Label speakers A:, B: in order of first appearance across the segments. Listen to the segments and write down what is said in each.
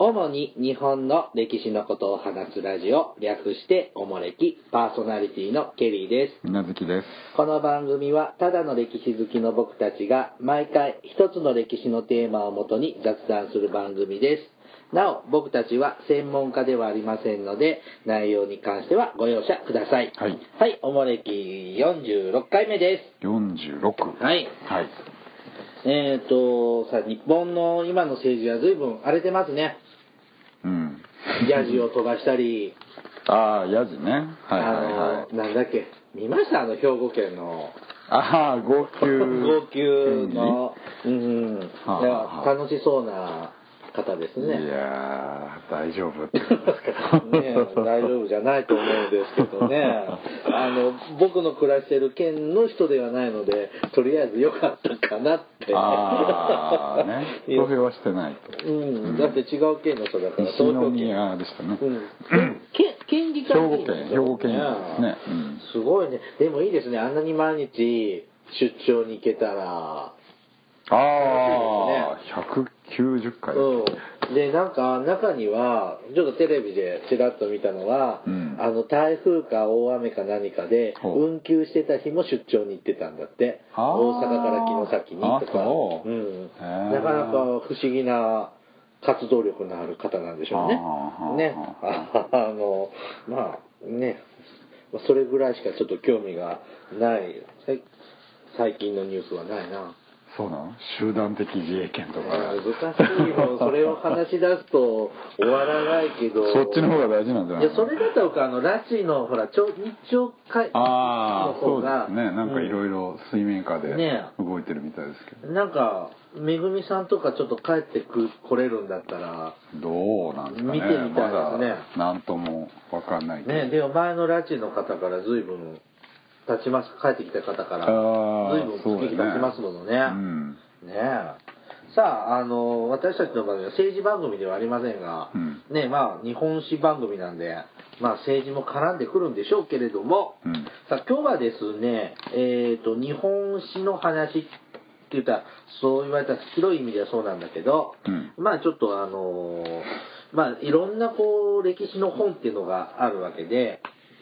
A: 主に日本の歴史のことを話すラジオ、略しておもれき、パーソナリティのケリーです。
B: みなずきです。
A: この番組はただの歴史好きの僕たちが毎回一つの歴史のテーマをもとに雑談する番組です。なお、僕たちは専門家ではありませんので、内容に関してはご容赦ください。
B: はい
A: はい、おもれき46回目で
B: 46。
A: す。はい。
B: はい。
A: えーと、さあ、日本の今の政治は随分荒れてますね。
B: うん。
A: ヤジを飛ばしたり、
B: ああ、ヤジね。はいはいは
A: あ
B: い。
A: の、なんだっけ、見ましたあの、兵庫県の。
B: ああ、号泣。
A: 号泣の、うん、だ
B: あはあ
A: から楽しそうな方です
B: い
A: ね。
B: やー、大丈夫って
A: ね
B: 感じですけど
A: 大丈夫じゃないと思うんですけど ねあの僕の暮らしてる県の人ではないのでとりあえず良かったかなって。
B: ああ、ね
A: いや
B: 投票はしてないと。
A: うん、だって違う県の人だから
B: 西宮でしたね。
A: うん、県県議会議員ですよ
B: 兵庫県兵庫県ですねうん
A: すごいねでもいいですねあんなに毎日出張に行けたら
B: ああ、190回。
A: うん、でなんか中にはちょっとテレビでちらっと見たのは、
B: うん
A: あの台風か大雨か何かで
B: ほう
A: 運休してた日も出張に行ってたんだって
B: あー
A: 大阪から城崎にと
B: あ
A: か
B: そう
A: うん
B: へー
A: なかなか不思議な活動力のある方なんでしょうね
B: あー
A: ね あのまあねそれぐらいしかちょっと興味がないさい最近のニュースはないな
B: そうなの集団的自衛権とか。
A: 難しいよそれを話し出すと終わらないけど
B: そっちの方が大事なんじゃない
A: いや
B: の
A: それだと僕あの拉致のほら超日朝会
B: ああ、
A: の
B: そ
A: 方
B: うで
A: が
B: すね。なんかいろいろ水面下で
A: ね
B: 動いてるみたいですけど。
A: うんなんかめぐみさんとかちょっと帰ってく来れるんだったら
B: どうなんですかね。
A: 見てみたいですね
B: まだなんともわかんないけど。
A: ねでも前の拉致の方から随分経ちます帰ってきた方から
B: あ
A: 随
B: ー
A: 分
B: そうだ
A: 月日
B: ね
A: 経ちますものね
B: うん。
A: ねえ。さあ、あの、私たちの番組は政治番組ではありませんが、
B: うん
A: ねえまあ、日本史番組なんで、まあ、政治も絡んでくるんでしょうけれども、
B: うん
A: さあ、今日はですね、えっ、と、日本史の話って言ったら、そう言われたら広い意味ではそうなんだけど、
B: うん
A: まあ、ちょっとあのまあ、いろんなこう、歴史の本っていうのがあるわけで、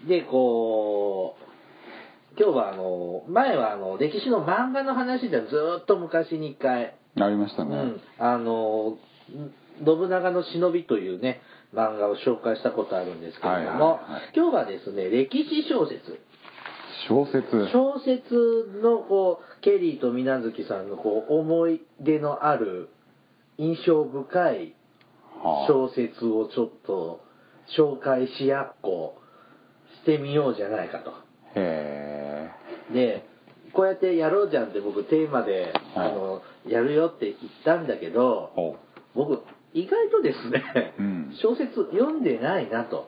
A: で、こう、今日はあの前はあの歴史の漫画の話でずーっと昔に一回、
B: ありました
A: う
B: ね。
A: ん、あの信長の忍びというね漫画を紹介したことあるんですけれども、
B: はいはいはい
A: 今日はですね歴史小説
B: 小説。
A: 小説のこうケリーと水無月さんのこう思い出のある印象深い
B: はあ
A: 小説をちょっと紹介しやっこしてみようじゃないかと。
B: へ
A: でこうやってやろうじゃんって僕テーマで、
B: は
A: あ
B: い
A: のやるよって言ったんだけ
B: え。
A: ど
B: ほ
A: 僕意外とですね、
B: うん
A: 小説読んでないなと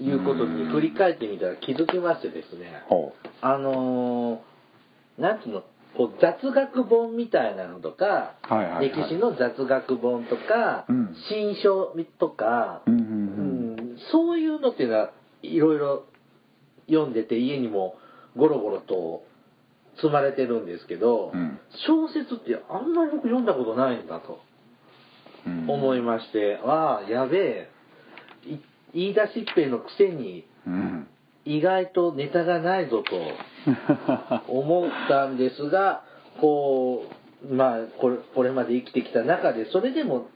A: いうことに振り返ってみたら気づきましてですね
B: う。ほ
A: あのーなんつうのこう雑学本みたいなのとか、
B: はいはいはい
A: 歴史の雑学本とか、
B: うん
A: 新書とか、
B: う。うんうん
A: うんそういうのっていうのはいろいろ読んでて家にもゴロゴロと積まれてるんですけど、
B: うん
A: 小説ってあんまり僕読んだことないんだと
B: うん。うん
A: 思いまして、ああやべえい言い出しっぺのくせに
B: うん。
A: 意外とネタがないぞと思ったんですがこうまあこれこれまで生きてきた中でそれでも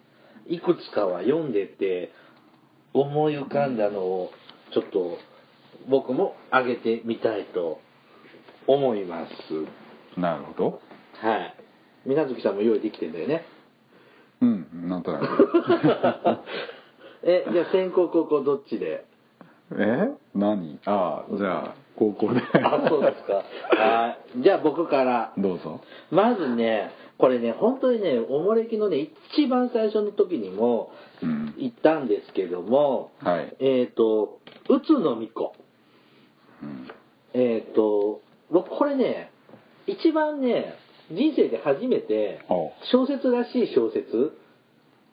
A: いくつかは読んでて思い浮かんだのをちょっと僕も上げてみたいと思います
B: なるほど。
A: はい水無月さんも用意できてんだよね
B: うん、なんとなく。
A: えじゃあ先行高校どっちで
B: え何ああ、じゃあ、高校で。
A: あそうですかはいじゃあ僕から
B: どうぞ。
A: まずね、これね、本当にね、おもれきのね、一番最初の時にも
B: うん。
A: 言ったんですけども、
B: はい。
A: えっ、と、宇都の巫女。
B: うん。
A: えっ、と、僕これね、一番ね、人生で初めて
B: ほう
A: 小説らしい小説、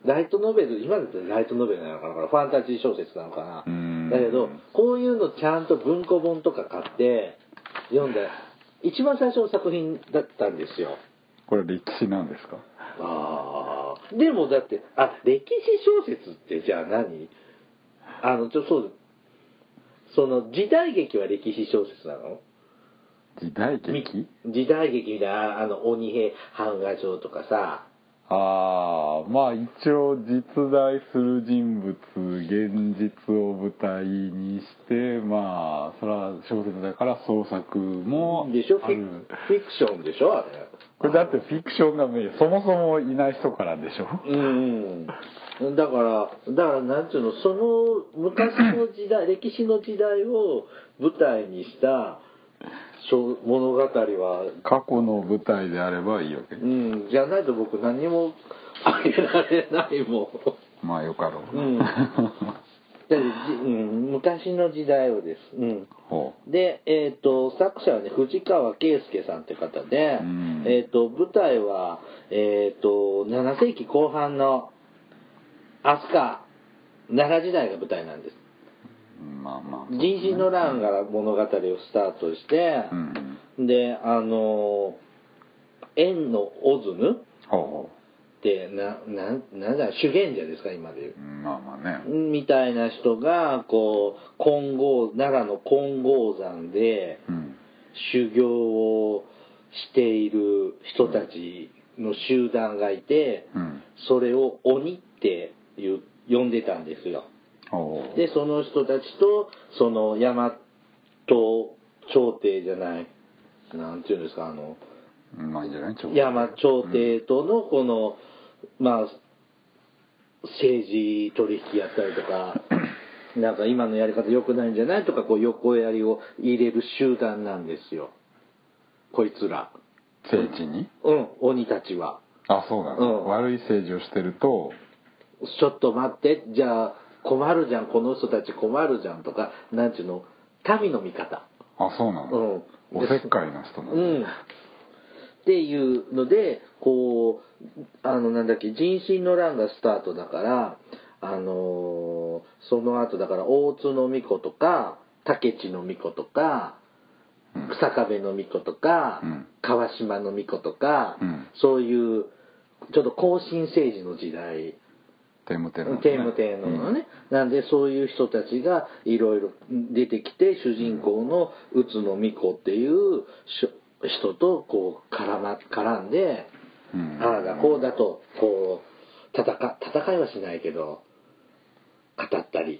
A: ライトノベル、今だったらライトノベルなのかな、これファンタジー小説なのかな
B: うー。ん
A: だけど、こういうのちゃんと文庫本とか買って読んだ、一番最初の作品だったんですよ。
B: これ歴史なんですか
A: ああ、でもだって、あ、歴史小説ってじゃあ何あの、ちょ、そう、その時代劇は歴史小説なの
B: 時代劇
A: み時代劇みたいな、あの、鬼平版画帳とかさ、
B: ああまあ一応実在する人物現実を舞台にしてまあそれは小説だから創作も
A: でしょフ
B: あ
A: ィク
B: る
A: フィクションでしょあれ。
B: これだってフィクションがメインそもそもいない人からでしょ
A: うんうん。だから、だから、なんていうの、その昔の時代、歴史の時代を舞台にした小物語は、
B: 過去の舞台であればいいわけ
A: うん、じゃないと僕何もあげられないもん。
B: まあよかろう、
A: うんだってじうん、 昔の時代をです。うん。
B: ほ
A: で、えっ、と、作者はね、藤川圭介さんって方で、
B: うん
A: えっ、と、舞台は、えっ、と、7世紀後半の飛鳥、奈良時代が舞台なんです。
B: うまあまあ
A: 人心の乱から物語をスタートして、
B: うん
A: で、あの、縁のオズヌ
B: ほうほ
A: って、な、なん、なんだ、修験者ですか、今で言う
B: う。まあまあね
A: みたいな人が、こう、金剛、奈良の金剛山で、
B: うん
A: 修行をしている人たちの集団がいて、
B: うん
A: それを鬼っていう呼んでたんですよ。
B: ほう
A: で、その人たちと、その大和朝廷じゃない、なんていうんですか、あの、
B: まあいいんじゃないちょうど
A: 大和朝廷とのこの、まあ、政治取引やったりと か、なんか今のやり方良くないんじゃないとか、こう横やりを入れる集団なんですよ。こいつら。
B: 政治に
A: うん、鬼たちは。
B: あそうなの、
A: うん
B: 悪い政治をしてると
A: ちょっと待って、じゃあ困るじゃん、この人たち困るじゃんとか、なんちゅうの、民の味方。
B: あそうなの、
A: うん
B: おせっかいな人なの、
A: うん。っていうので、こう、あの、なんだっけ、人心の乱がスタートだから、あのーその後だから、大津の巫女とか、竹地の巫女とか、
B: うん
A: 草壁の巫女とか、
B: うん
A: 川島の巫女とか、
B: うん
A: そういう、ちょっと後進政治の時代、
B: テームテーム、
A: テームテームのね、なんでそういう人たちがいろいろ出てきて主人公の宇津野美子っていうしょ人とこう絡,、ま、絡んで、
B: うん
A: ああだこうだとこう戦戦いはしないけど語ったり
B: へ
A: っ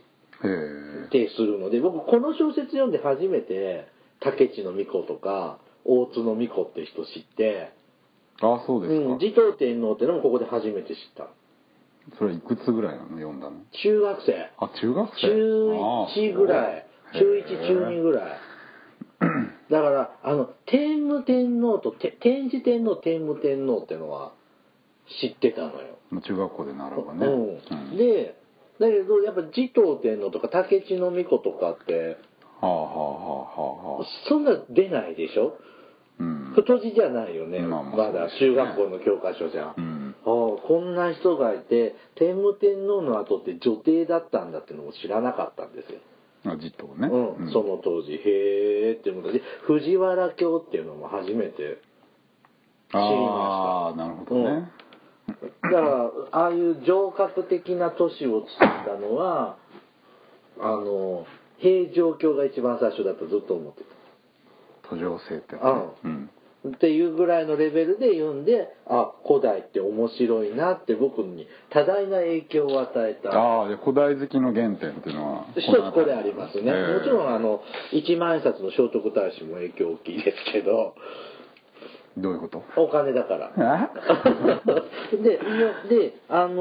B: え
A: てするので僕この小説読んで初めて竹地の美子とか大津野美子って人知って、
B: あそう
A: う
B: ですか、
A: ん、持統天皇ってのもここで初めて知った
B: それいくつぐらいなの読んだの
A: 中学生
B: あ中学生
A: 中1ぐらい中1中2ぐ
B: い
A: らい だからあの天武天皇とて天智天皇天武天皇ってのは知ってたのよ、
B: 中学校で習うわね、
A: うん、でだけどやっぱ持統天皇とか竹地の巫女とかって
B: はあはあはあはあはあ
A: そんな出ないでしょ
B: うん
A: 太字じゃないよね、
B: まあまあ
A: まだ
B: そうですね
A: 中学校の教科書じゃん、
B: うん
A: ああこんな人がいて天武天皇の後って女帝だったんだってのも知らなかったんですよ
B: あ実頭ね
A: うん、その当時、へーって思ったし、藤原京っていうのも初めて。知りました
B: ああなるほどね、
A: だから、ああいう城郭的な都市を作ったのは、あの、平城京が一番最初だとずっと思って
B: 途上生ってね
A: うん
B: うん
A: た。っていうぐらいのレベルで読んで、あ、古代って面白いなって僕に多大な影響を与えた。
B: ああで古代好きの原点っていうのは
A: 一つこれありますね。もちろん、あの、一万円札の聖徳太子も影響大きいですけど、
B: んどういう こと
A: お金だから。
B: え
A: で、で、あの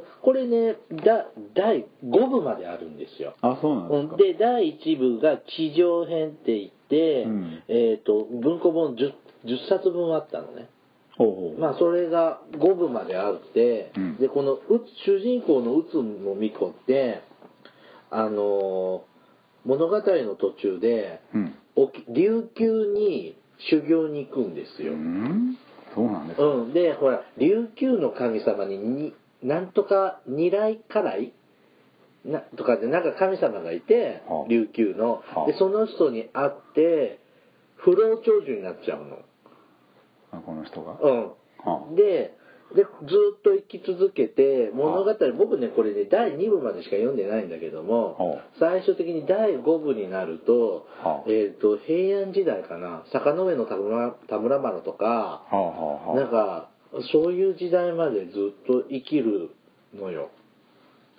A: ーこれね、だ第5部まであるんですよ。
B: あそうなんです
A: うん
B: か
A: で、第1部が地上編って言って、
B: うん
A: えっ、と、文庫本 10, 10冊分あったのね。
B: ほうほう
A: まあ、それが5部まであって、
B: うん
A: で、このう主人公の宇津の巫女って、あのー物語の途中で、
B: うん
A: おき琉球に修行に行くんですよ。
B: うんそうなんですか
A: うん、でほら琉球の神様にになんとか二来家来なとかでなんか神様がいて、
B: はあ
A: 琉球の、
B: はあ
A: でその人に会って不老長寿になっちゃうの、
B: あこの人が
A: うん
B: は
A: でで、ずっと生き続けて、物語、僕ね、これね、第2部までしか読んでないんだけども
B: は、
A: 最終的に第5部になると
B: は、あ
A: えっ、と、平安時代かな、坂の上の田村田村丸とか、
B: はあはあはあ
A: なんか、そういう時代までずっと生きるのよ。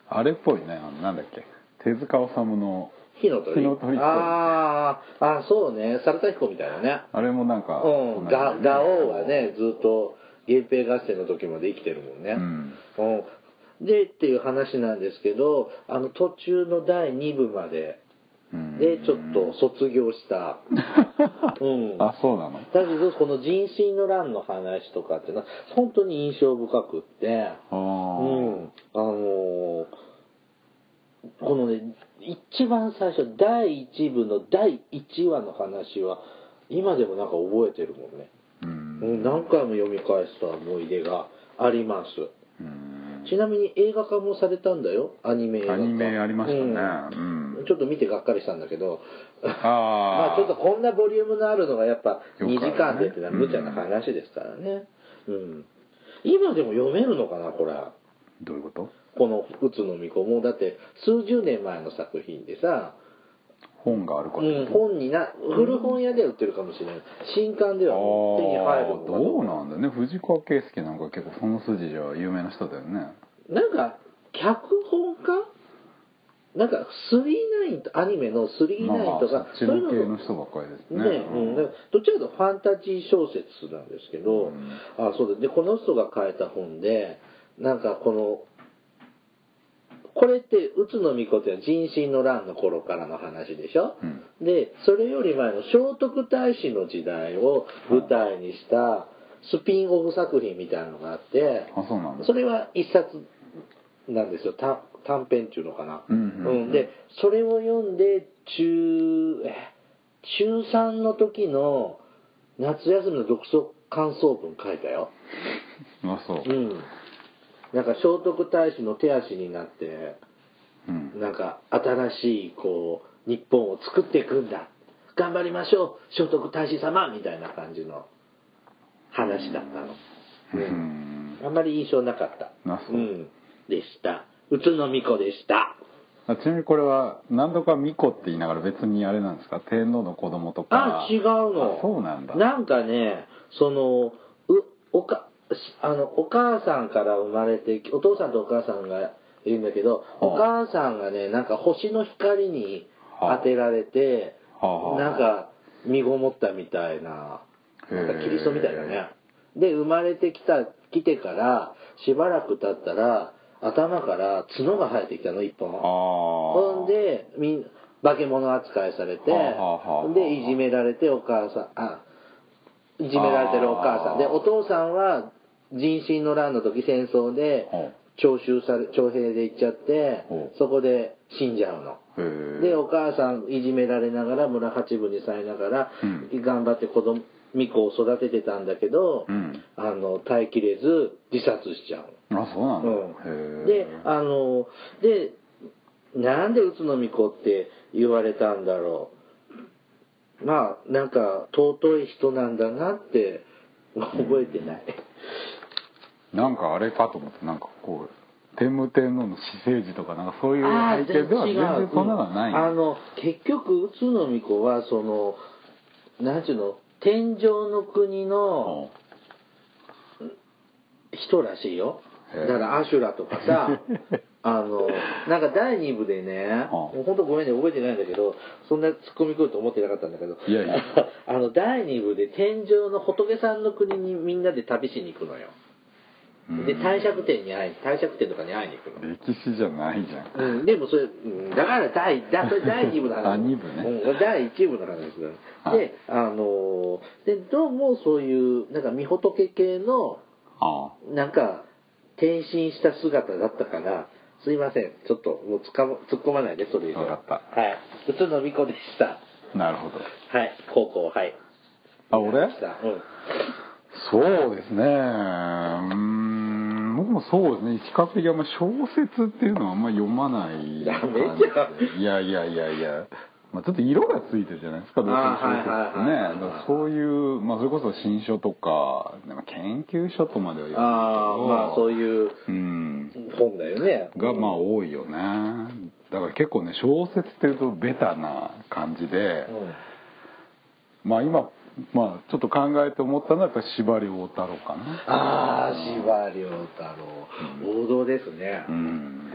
B: あれっぽいねあのなんだっけ手塚治虫の
A: 火の鳥。
B: 火の鳥っぽい
A: あーあ、そうね、猿田彦みたいなね。
B: あれもなんか
A: うん、ガガオーはね、ずっと源平合戦の時まで生きてるもんね。
B: うん
A: うんでっていう話なんですけどあの途中の第2部まで
B: うん
A: でちょっと卒業した、 うん、だ
B: あそうなの
A: けどこの「人心の乱」の話とかってのは本当に印象深くって、う
B: あ
A: ん、あ
B: ー
A: のーこのね一番最初第1部の第1話の話は今でもなんか覚えてるもんね、
B: うん
A: うん、何回も読み返した思い出があります
B: うん
A: ちなみに映画化もされたんだよ、アニメ映画化。
B: アニメありましたねうん
A: ちょっと見てがっかりしたんだけど、 まあ
B: あー
A: ちょっとこんなボリュームのあるのがやっぱ
B: よくあるね
A: 2時間でってのは無茶な話ですからね。うん。今でも読めるのかな、これ。
B: どういうこと
A: この宇都の子も、だって数十年前の作品でさ、
B: 本があるから
A: うん、本にな、古本屋では売ってるかもしれない。新刊ではもう手に入るのか
B: あーどうなんだよね藤川圭介なんか結構その筋じゃ有名な人だよね
A: なんか、脚本家なんか、39と、アニメの39と
B: まあ
A: か
B: まあ、そ
A: そ
B: っち
A: うい
B: の系
A: うの
B: の人ばっかりですね
A: ね、うん、だからどっちかというとファンタジー小説なんですけど、
B: うん
A: あそうだでこの人が書いた本でなんかこのこれって宇都宮子っていうのは人心の乱の頃からの話でしょ、
B: う
A: でそれより前の聖徳太子の時代を舞台にしたスピンオフ作品みたいなのがあって
B: あそうなんだ
A: それは一冊なんですよ短短編っていうのかな、
B: うんうんうん
A: でそれを読んで中え中3の時の夏休みの読書感想文書いたよ
B: あそう
A: う、んなんか聖徳太子の手足になって
B: うん
A: なんか新しいこう日本を作っていくんだ頑張りましょう聖徳太子様みたいな感じの話だったの、
B: うん
A: あんまり印象なかった
B: あそう
A: うん、でした宇都宮子でした
B: あちなみにこれは何度か巫女って言いながら別にあれなんですか天皇の子供とか
A: あ違うの
B: あそうなんだ
A: なんかねそのうおかしあのお母さんから生まれてきお父さんとお母さんがいるんだけど、
B: あ
A: お母さんがねなんか星の光に当てられて、
B: はあ
A: なんか身ごもったみたいななんか
B: へえ
A: キリストみたいなねで生まれてきた来てからしばらく経ったら頭から角が生えてきたの一本
B: あ
A: ほ
B: ほ
A: んでみん化け物扱いされて、
B: はあはあはあ
A: でいじめられてお母さんあいじめられてるお母さ
B: あ
A: ん
B: ー
A: でお父さんは人心の乱の時戦争で
B: ほ
A: 徴収され徴兵で行っちゃって
B: ほう
A: そこで死んじゃうの。
B: へー
A: でお母さんいじめられながら村八分にされながら、
B: うん
A: 頑張って子供巫女を育ててたんだけど、
B: うん
A: あの耐えきれず自殺しちゃうの。
B: あそうなんだ、
A: うん、
B: へ
A: で
B: え
A: あのでなんで宇都宮子って言われたんだろうまあなんか尊い人なんだなって覚えてない、
B: なんかあれかと思ってなんかこう天武天皇の私生児とかなんかそういう
A: あー
B: 背景では全然そんなのはない、
A: うんあの結局宇都宮子はそのなんちゅうの天上の国の
B: ほ
A: 人らしいよ
B: へえ
A: だからアシュラとか さあのなんか第2部でね
B: ん
A: もう本当ごめんね覚えてないんだけどそんなツッコミ来ると思ってなかったんだけど
B: いやいや
A: あの第2部で天上の仏さんの国にみんなで旅しに行くのよ
B: うん
A: で帝釈天に会い帝釈天とかに会いに行くの
B: 歴史じゃないじゃん
A: うん、でもそれ、うんだから第、だそれ第2部の話。
B: あ二部ね
A: うん、第1部の話ですから。
B: はい
A: で、あのーで、どうもそういう、なんか、御仏系の、
B: あ
A: なんか、転身した姿だったから、すいません、ちょっと、もうつかま、突っ込まないで、それ以上。
B: わかっ
A: はい。宇都宮子でした。
B: あなるほど
A: はい、高校、はい。
B: あ俺
A: でしたうん。
B: そうですねうーん僕もそうですね比較的あんま小説っていうのはあんま読まない
A: ダメじゃん
B: いやいやいやいやまあ、ちょっと色がついてるじゃないですかどうしても小説って
A: あーはいはいはいはい
B: ねだからそういう、まあ、それこそ新書とかなんか研究書とまでは言
A: ああ、まあそう
B: う
A: いう
B: うん
A: 本だよね。
B: がまあ多いよねだから結構ね小説っていうとベタな感じで、
A: う
B: まあ今、まあ、ちょっと考えて思ったのはやっぱり司馬遼太郎か
A: ん、
B: な
A: ああ、司馬遼太郎。王道ですね
B: う。ん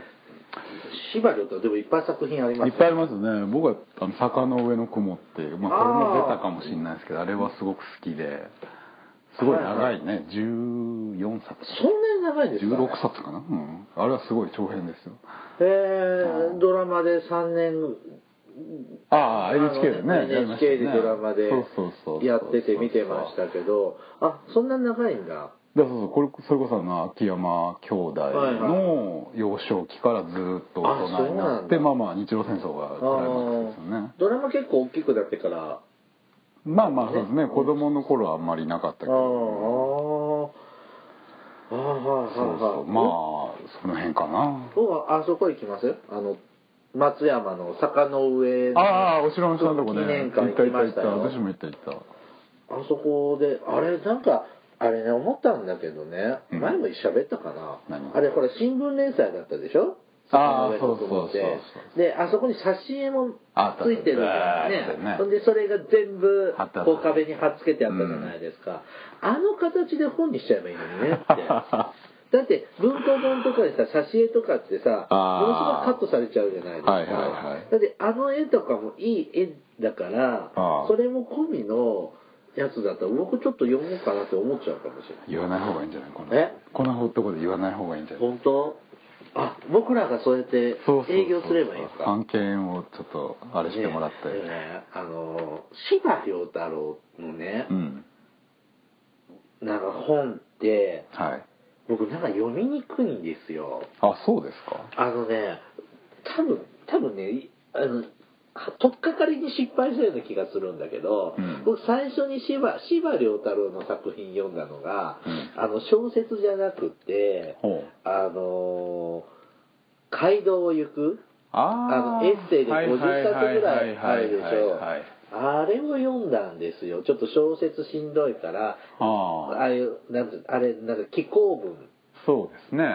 A: 司馬遼太郎、でもいっぱい作品あります
B: いっ
A: ね
B: ぱいありますね僕はあの「坂の上の雲」っていう、まあ、これも出たかもしれないですけどあれはすごく好きですごい長いね14冊
A: そんなに長いんですか
B: 16冊かな、うん、あれはすごい長編ですよ
A: えー、ドラマで3年
B: ああ NHK でねやりました
A: NHK でドラマで
B: そうそうそうそう
A: やってて見てましたけどあそんな長いんだ
B: だからそうそうこれそれこそあの秋山兄弟
A: はい
B: の幼少期からずっと大人にな
A: あそうな
B: っ
A: ん
B: て
A: だ
B: まあまあ日露戦争がクライマックスですよね
A: あードラマ結構大きくなってから
B: まあまあそうですね子供の頃はあんまりなかったけ
A: あーあー
B: ど
A: あーは
B: そう
A: いはい
B: そ
A: は
B: う
A: い
B: まあその辺かな
A: おおあそこ行きますあの松山の坂の上の
B: ああお城の下のとこね
A: 記念館
B: 行った
A: 行き
B: 行っ
A: ま
B: た行っ
A: した
B: た
A: よ
B: 私も行った行った
A: あそこであれなんかあれね思ったんだけどね、
B: うん
A: 前も喋ったかな
B: 何
A: あれほら新聞連載だったでしょ
B: あー
A: 坂上国って
B: そうそうそうそ
A: であそこに挿絵も
B: あった
A: ついてるんだ
B: あっ
A: よ
B: た
A: ね
B: ね
A: ほんでそれが全部
B: あったあった
A: こう壁に貼っつけてあったじゃないですか、あの形で本にしちゃえばいいのにねってだって文庫本とかでさ挿絵とかってさもの
B: あー
A: すごくカットされちゃうじゃないですか、
B: はいはいはい
A: だってあの絵とかもいい絵だから
B: あー
A: それも込みのやつだったら僕ちょっと読もうかなって思っちゃうかもしれない
B: 言わない方がいいんじゃないこんな
A: え
B: こんなとこで言わない方がいいんじゃない
A: 本当あ僕らがそうやって
B: そうそうそう
A: 営業すればいいんですか
B: 関係をちょっとあれしてもらって、
A: ねでねあの司馬遼太郎のね
B: う、ん
A: なんか本って
B: はい
A: 僕なんか読みにくいんですよ
B: あそうですか
A: あのね多分多分ねいあのは取っかかりに失敗したような気がするんだけど、
B: うん
A: 僕最初に司馬司馬遼太郎の作品読んだのが、
B: うん
A: あの小説じゃなくて
B: ほう
A: あのー街道を行くあの
B: あー
A: エッセイで
B: はい
A: 50
B: はい
A: 冊ぐらいあるでし
B: はいはい
A: ょ
B: はいはい
A: あれを読んだんですよちょっと小説しんどいから
B: あ
A: あ
B: あ
A: あいうなんてあれなんか気候
B: そうですね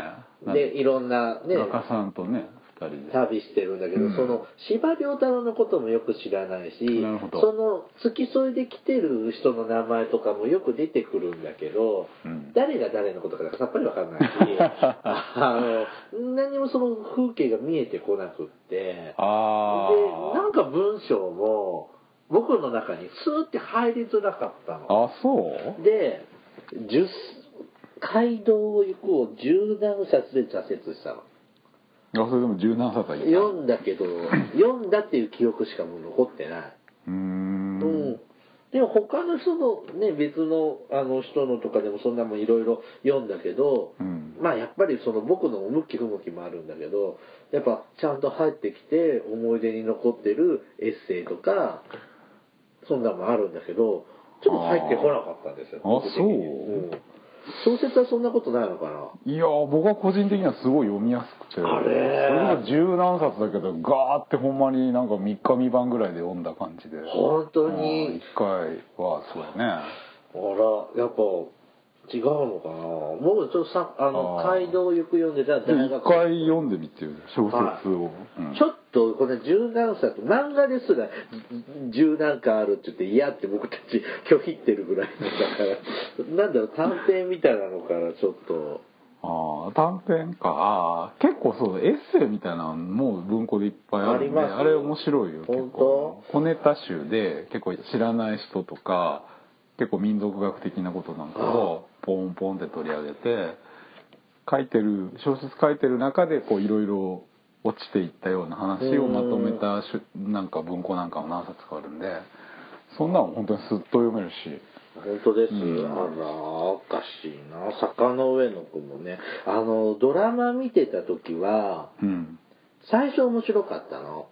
A: 文でいろんなね
B: 画家さんとね二人で
A: 旅してるんだけど、
B: うん
A: その司馬遼太郎のこともよく知らないし
B: なるほど
A: その付き添いで来てる人の名前とかもよく出てくるんだけど、
B: うん
A: 誰が誰のことかさっぱりわかん ないしあの何もその風景が見えてこなくって
B: あ
A: でなん
B: あ
A: か文章も僕の中にスーって入りづらかったの。
B: あそう
A: で10街道を行くを十何冊で挫折したの。
B: あそれでも十何冊はいった
A: 読んだ けど読んだっていう記憶しかもう残ってな
B: うー
A: い、
B: ん
A: うんでも他の人のね別のあの人のとかでもそんなもんいろいろ読んだけど、
B: うん
A: まあやっぱりその僕の向き不向きもあるんだけどやっぱちゃんと入ってきて思い出に残ってるエッセイとかそんなもんあるんだけどちょっと入ってこなかったんですよ
B: あ
A: 僕的に
B: そう
A: うん小説はそんなことないのかない
B: やー僕は個人的にはすごい読みやすくて
A: あれー
B: それが十何冊だけどガーってほんまになんか三日三晩ぐらいで読んだ感じで
A: 本当に
B: うん一回はそうだね
A: あら、やっぱ違うのかな。もうちょっとさ、あの、
B: あー
A: 街道行く読んでたら
B: で
A: 大
B: 一
A: 学。
B: 回読んでみてよ小説を、うん
A: ちょっとこれ十何冊漫画ですら十何巻あるって言って嫌って僕たち 拒否ってるぐらいのだからなんだろう探偵みたいなのからちょっと
B: ああ短編かあー結構そうだエッセイみたいなのも文庫でいっぱいあるんで
A: あります
B: あれ面白いよ結
A: 本
B: 構小ネタ集で結構知らない人とか結構民族学的なことなんかをポンポンって取り上げて書いてる小説書いてる中でこういろいろ落ちていったような話をまとめたしゅなんか文庫なんかも何冊かあるんでそんなの本当にすっと読めるし。
A: 本当です、
B: うん
A: あらおかしいな坂の上の子もねあのドラマ見てた時は
B: うん
A: 最初面白かったの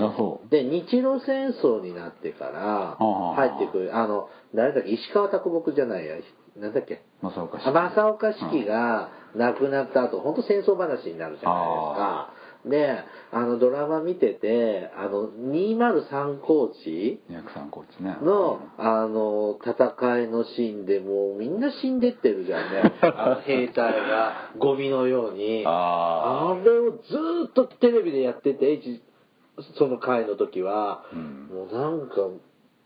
B: あそう
A: で日露戦争になってから
B: ああ
A: 入ってくるあの誰だっけ石川啄木じゃないやなんだっけ
B: 正岡子規
A: あ正岡子規が亡くなった後、ほん、本当戦争話になるじゃないですかで、あの、ドラマ見てて、あの、203高地
B: 203コーチね
A: の、あの、戦いのシーンでもうみんな死んでってるじゃんね。あの兵隊がゴミのよう に。
B: あ
A: あれをずーっとテレビでやってて、一その回の時は、
B: うん
A: もうなんか、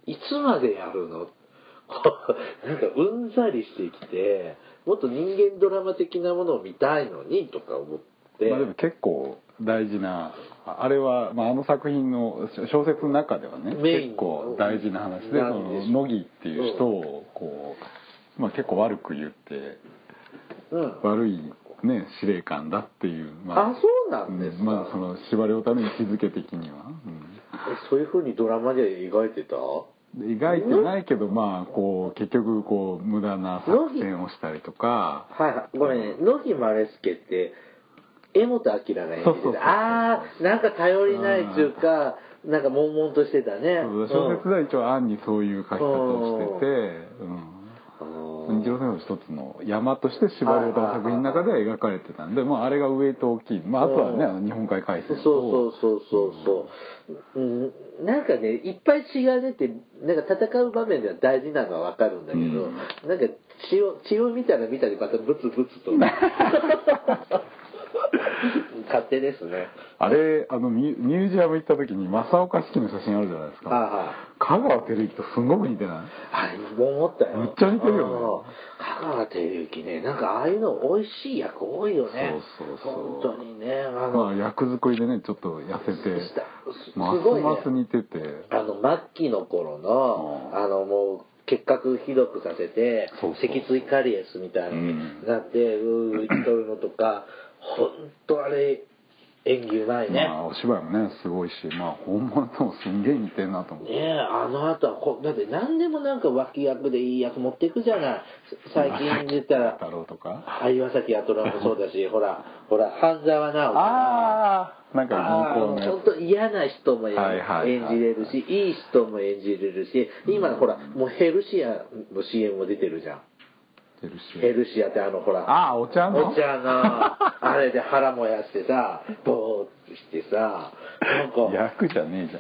A: いつまでやるのこ うなんかうんざりしてきて、もっと人間ドラマ的なものを見たいのにとか思って、
B: まあ、でも結構大事なああれは、まあ、あの作品の小小説の中ではね
A: メイン
B: 結構大事な話でそ
A: なんでしょう
B: の乃木っていう人をこう、まあ、結構悪く言って
A: うん、
B: 悪い、ね、司令官だっていう、
A: あそうなんですか
B: まあその司馬遼太の位置づけ的には、うん
A: えそういう風にドラマで描いてた
B: で描いてないけど、まあこう結局こう無駄な作戦をしたりとか
A: はいはい、ごめんね、野木まれすけって、柄本明が演じ
B: そう
A: て
B: そうそう
A: た。あー、なんか頼りないっていうか、なんか悶々としてたね。
B: そう小説では一応案にそういう書き方をしてて、
A: う
B: うん
A: ん
B: 日露戦争の一つの山として司馬遼太の作品の中では描かれてたんで、まあ、あれがウエイト大きい、まあ、あとはね
A: うん
B: あの日本海海
A: そう
B: 戦と
A: そうそうそうそう、うん、なんかねいっぱい血が出てなんか戦う場面では大事なのはわかるんだけど、
B: うん
A: なんか血を血を見たら見たりまたブツブツと 勝手ですね
B: あれあのミュミュージアム行った時に正岡式の写真あるじゃないです
A: はい
B: か
A: はい
B: 香川照之とすごく似てない
A: あれ思ったよ
B: めっちゃ似てるよね
A: うん香川照之ねなんかああいうの美味しい役多いよね
B: そうそうそう
A: 本当にねあの、
B: まあ、役作りでねちょっと痩せて
A: したす
B: ます
A: すごいね
B: ます似てて、
A: あの末期の頃の、
B: うん
A: あのもう結核ひどくさせて
B: そうそう
A: 脊椎カリエスみたいになって、うーうー言っとるのとか本当あれ演技うまいね、
B: まあ、お芝居もねすごいし、まあ、本物ともすんげえ似てんなと思っ
A: ね
B: て、
A: えあの後はこだって何でもなんか脇役でいい役持っていくじゃない最近出たら
B: 太郎とか
A: あ岩崎弥虎もそうだ しほらほら半沢直樹
B: ああなんか
A: あ
B: 銀行の
A: ー
B: や
A: 本当嫌な人も演
B: はいはいはい
A: 演じれるし、いい人も演じれるし、今ほら、もうヘルシアの CM も出てるじゃん。
B: つやって
A: ヘ
B: るし
A: ルシアってあのほら、
B: ああお茶の
A: お茶 の、あれで腹燃やしてさ、ぼーってしてさ、なんか、
B: 役じゃねえ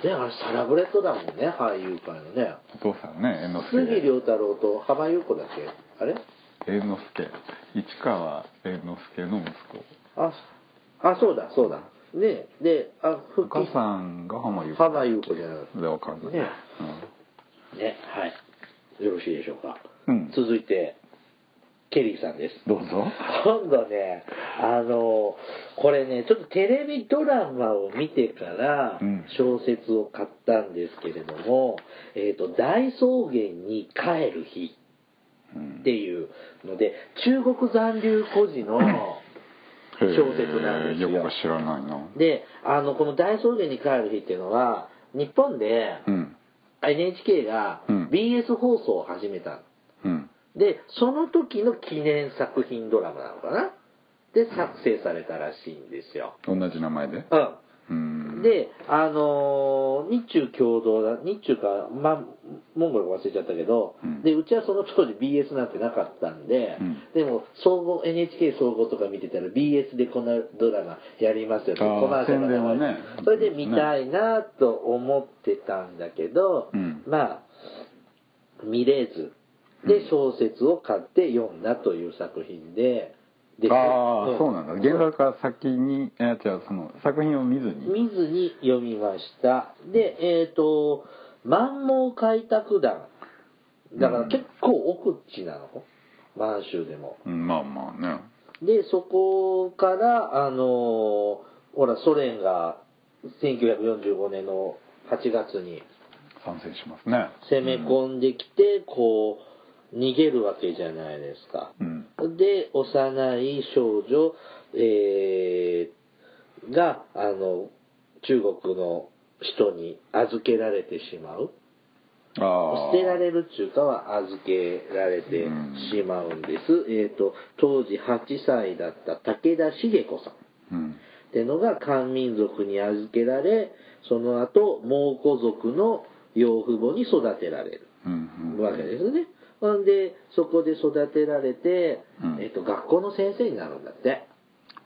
B: じゃん
A: ね、あれサラブレッドだもんね、俳優界のね。
B: お父さんね猿之
A: 杉
B: 助
A: 良太郎と浜優子だっけあれ
B: 猿之助市川猿之助の息子
A: あ、あ、そうだ、そうだ。ね、で、あ、
B: お
A: 復
B: 母
A: 帰、
B: さんが浜優子
A: 浜優子じゃなかった。
B: でわかんない、
A: ねね、はい。よろしいでしょうか。
B: うん
A: 続いて、ケリーさんです。
B: うん、どうぞ
A: 今度ね、あの、これね、ちょっとテレビドラマを見てから
B: うん、
A: 小説を買ったんですけれども、えっ、と、大草原に帰る日
B: うん
A: っていうので、中国残留孤児の小説なんですよ。
B: へえよく知らないな
A: で、あの、この大草原に帰る日っていうのは、日本で
B: うん
A: NHK が
B: うん
A: BS 放送を始めたの
B: うん
A: で、その時の記念作品ドラマなのかなで、作成されたらしいんですよ。
B: 同じ名前で
A: う
B: うん
A: ん。で、あのー日中共同だ、日中か、ま、モンゴルか忘れちゃったけど、
B: うん
A: で、うちはその当時 BS なんてなかったんで、
B: うん
A: でも、総合、NHK 総合とか見てたら BS でこんなドラマやりますよって
B: あー
A: コマーシャルが流れて
B: 宣伝はね
A: それで見たいなと思ってたんだけど、
B: うん
A: まあ、見れず、で、小説を買って読んだという作品で、で
B: ああそうなんだ原作は先にえ違うその作品を見ずに
A: 見ずに読みました。で、えっ、と、満蒙開拓団。だから結構奥地なの、満州でも。
B: うんまあまあね
A: で、そこから、あのーほら、ソ連が1945年の8月に
B: 賛成しますね
A: 攻め込んできて、こう、逃げるわけじゃないですか。
B: うん
A: で、幼い少女、えーが、あの、中国の人に預けられてしまう。
B: ああ
A: 捨てられるっていうかは預けられてしまうんです。えっ、と、当時8歳だった武田茂子さん。
B: うん
A: っていうのが漢民族に預けられ、その後、蒙古族の養父母に育てられる。
B: うんうん
A: わけですね。ほんで、そこで育てられて、
B: うん
A: えっと、学校の先生になるんだって。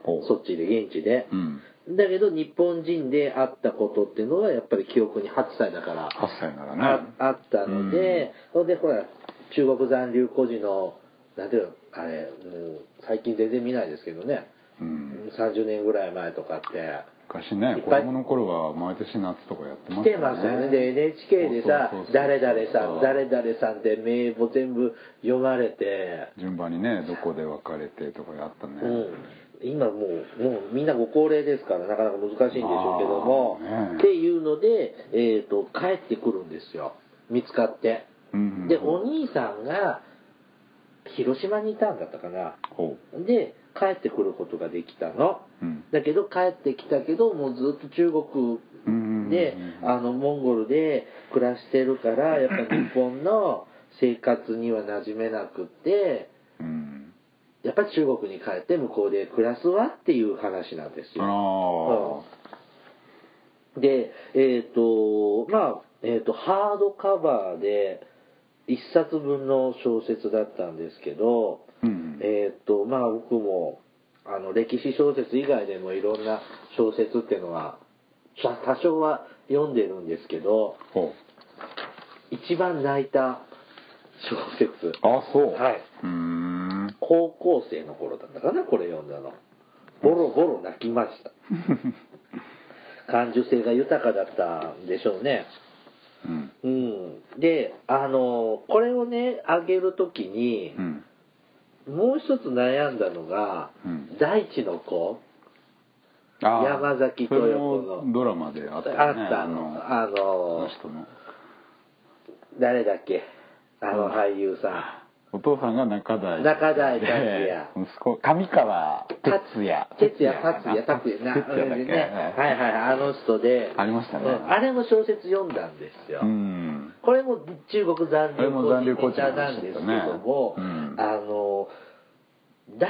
B: ほう
A: そっちで、現地で。
B: うん
A: だけど日本人であったことっていうのはやっぱり記憶に8歳だから
B: 8歳なら
A: あ
B: ね
A: あったので、それでほら中国残留孤児のなんていうのあれ、うん最近全然見ないですけどね、
B: うん、
A: 30年ぐらい前とかって。
B: 昔ね
A: いっ
B: 子
A: ぱい
B: 供の頃は毎年夏とかやってま
A: 来
B: し
A: て
B: た
A: ますよね。で、NHK でさ
B: そうそうそうそ、う
A: 誰々さん、誰々さんって名簿全部読まれて、
B: 順番にねどこで別れてとかやったね、
A: うん、今もう、もうみんなご高齢ですから、なかなか難しいんでしょうけども、
B: まあね
A: っていうので、えっ、と、帰ってくるんですよ。見つかって。
B: うんうん
A: で、お兄さんが、広島にいたんだったかな。
B: ほ
A: で、帰ってくることができたの。
B: ううん
A: だけど、帰ってきたけど、もうずっと中国
B: うんうんうん
A: で、あの、モンゴルで暮らしてるから、やっぱ日本の生活には馴染めなくって、
B: うん
A: やっぱり中国に帰って向こうで暮らすわっていう話なんです
B: あ
A: よ。
B: あ
A: で、えっ、と、まあ、えっ、と、ハードカバーで一冊分の小説だったんですけど、
B: うん
A: えっ、と、まあ僕も、あの、歴史小説以外でもいろんな小説っていうのは、さ多少は読んでるんですけど、
B: ほ
A: 一番泣いた小説。
B: うあそう
A: はいう
B: ーん
A: 高校生の頃だったかな、これ読んだの。ボロボロ泣きました。感受性が豊かだったんでしょうね。
B: うん
A: うん。で、あの、これをね、あげるときに
B: う、ん
A: もう一つ悩んだのが、
B: うん
A: 大地の子、
B: あー
A: 山崎
B: それ
A: 豊子
B: も
A: の
B: ドラマであ
A: あっ
B: った
A: た
B: よね
A: の、
B: あ
A: あ
B: の
A: の、
B: 人の
A: 誰だっけあ
B: う
A: の
B: ん
A: 俳優さ
B: お父さんが中台
A: 中台達也
B: で息子上川
A: ん。
B: 哲也
A: 哲也、達也、達也、な、
B: 哲也だっけ、
A: ね、はいはい、あの人で、
B: ありましたね
A: うんあれも小説読んだんですよ。
B: うん
A: これも中国残
B: あれも残
A: 留
B: 留
A: 孤
B: 孤
A: 児
B: 児
A: なんですけども、
B: うん
A: あの大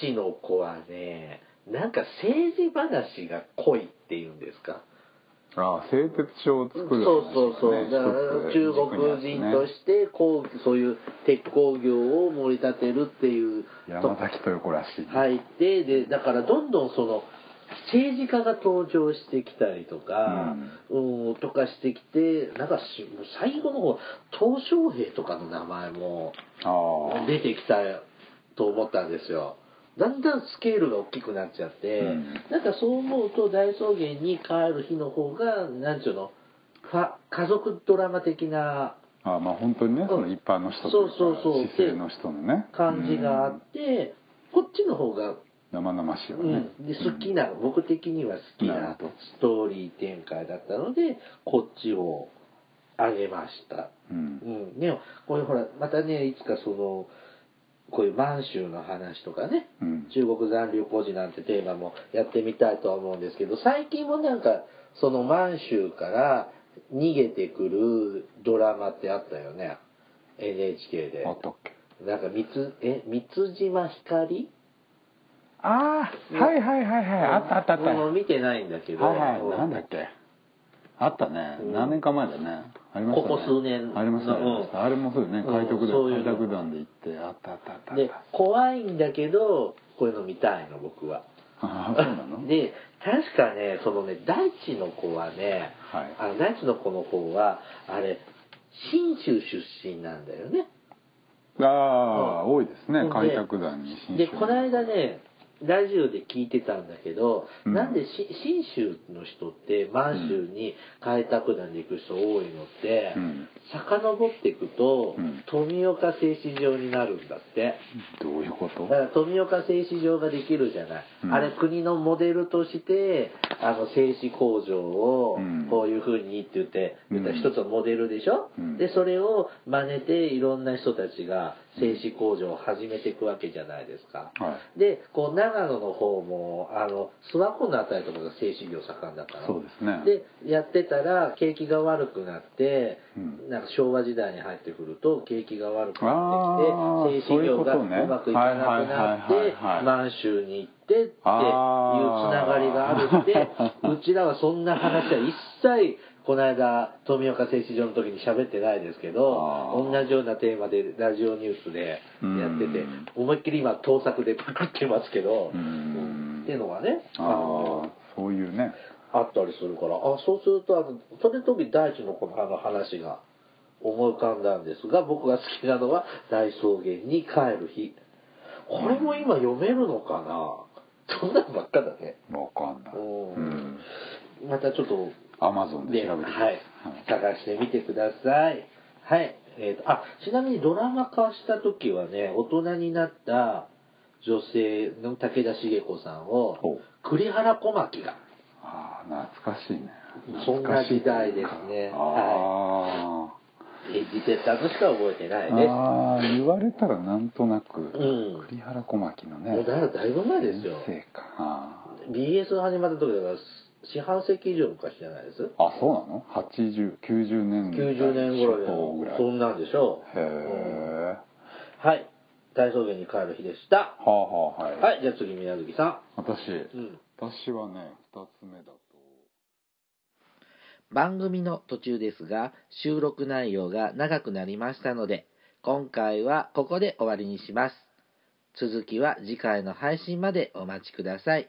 A: 地の子はねなんか政治話が濃いっていうんですか、
B: ああ製鉄所を作
A: そう
B: る話だね
A: そうそうだから
B: 一つ
A: 中国人としてこうそういう鉄鋼業を盛り立てるっていう
B: 山崎豊子らしい、
A: 入ってでだからどんどんその政治家が登場してきたりとか、うん、とかしてきてなんかしもう最後の方鄧小平とかの名前も
B: ああ
A: 出てきたと思ったんですよだんだんスケールが大きくなっちゃって、
B: うん
A: なんかそう思うと大草原に帰る日の方がなんちゅうのファ家族ドラマ的な
B: ああまあ本当にねその一般の人
A: そう
B: というか
A: そうそう
B: 市井の人のね
A: 感じがあ
B: う
A: っ
B: ん
A: て、こっちの方が
B: 生々しいわね、
A: うん、で好きな、僕的には好き
B: なる
A: な
B: ほど
A: ストーリー展開だったのでこっちをあげました、
B: う
A: うんん、でもこれほらまたねいつかそのこういう満州の話とかね
B: うん
A: 中国残留孤児なんてテーマもやってみたいとは思うんですけど最近もなんかその満州から逃げてくるドラマってあったよね NHK で
B: あったっけ
A: なんか三つえ三島ひかり
B: ああはいはいはいはいあったあったあった
A: もう見てないんだけど、
B: はいはい、なんだっけ。あったね
A: うん。
B: 何年か前だね。ありましたね。
A: ここ数年
B: ありましたね。
A: うん
B: ありましたあれもそうだね。
A: うん
B: 開拓
A: そういう
B: 団、開
A: の
B: 拓団で行って、あったあったあった。
A: で怖いんだけどこういうの見たいの僕は
B: ああ、そうなの。
A: で確かねそのね大地の子はね、
B: はい
A: あの大地の子の方はあれ信州出身なんだよね
B: ああ、
A: うん
B: 多いですね
A: で。
B: 開拓団に進
A: でこの間。ねラジオで聞いてたんだけど、
B: うん
A: なんでし信州の人って満州に開拓団で行く人多いのって、
B: うん
A: 遡っていくと、
B: うん
A: 富岡製糸場になるんだって。
B: どういうこ
A: だ
B: と
A: か。ら富岡製糸場ができるじゃない、
B: うん
A: あれ国のモデルとしてあの製糸工場を
B: うん
A: こういうふうにって言って、
B: うん
A: 言ったら一つのモデルでしょ、
B: うん
A: でそれを真似ていろんな人たちが製糸工場を始めていくわけじゃないですか、
B: は
A: でこう長野の方もあの諏訪湖のあたりとかが製糸業盛んだから
B: そうですね
A: でやってたら景気が悪くなって、
B: うん
A: なんか昭和時代に入ってくると景気が悪くな
B: あ
A: っ
B: ー
A: てきて製糸業が
B: そういうことね
A: うまくいかなくなっ
B: はいはいはい
A: て
B: はいはい
A: 満州に行ってっていうつな
B: あー
A: がりがあるってうちらはそんな話は一切この間富岡製糸場の時に喋ってないですけど
B: あー
A: 同じようなテーマでラジオニュースでやってて
B: うん
A: 思いっきり今盗作でパクってますけど、
B: うん
A: っていうのはね
B: ああ、そういうね
A: あったりするから、あ、そうすると、あの、それとき大地のこのあの話が思い浮かんだんですが、僕が好きなのは大草原に帰る日。これも今読めるのかなそんなのばっかだね。
B: わかんない、
A: うん
B: うん、
A: またちょっと、
B: アマゾンで調べてくださ
A: はいい、探してみてください。はい。えーと、あ、ちなみにドラマ化した時はね、大人になった女性の武田茂子さん
B: ほ
A: を、栗原小牧が、
B: ああ懐かしいね
A: そんな時代ですね
B: あ
A: 演じてたのしか覚えてな
B: ー、
A: いです。
B: あー言われたらなんとなく、
A: うん
B: 栗原小牧のね
A: もうだだいぶ前ですよ。
B: 先生かあ
A: BS 始まった時だから、四半世紀以上昔じゃないです
B: ーあそうなの8090年代
A: ?90 年頃
B: 初頭ぐら
A: で、
B: い
A: そんなんでしょう。
B: へえ、
A: はい。大草原に帰る日でした。
B: はあはあはい、
A: はい、じゃあ次、宮崎さ
B: 私、
A: ん。うん。
B: 私はね2つ目だと
A: 番組の途中ですが収録内容が長くなりましたので今回はここで終わりにします続きは次回の配信までお待ちください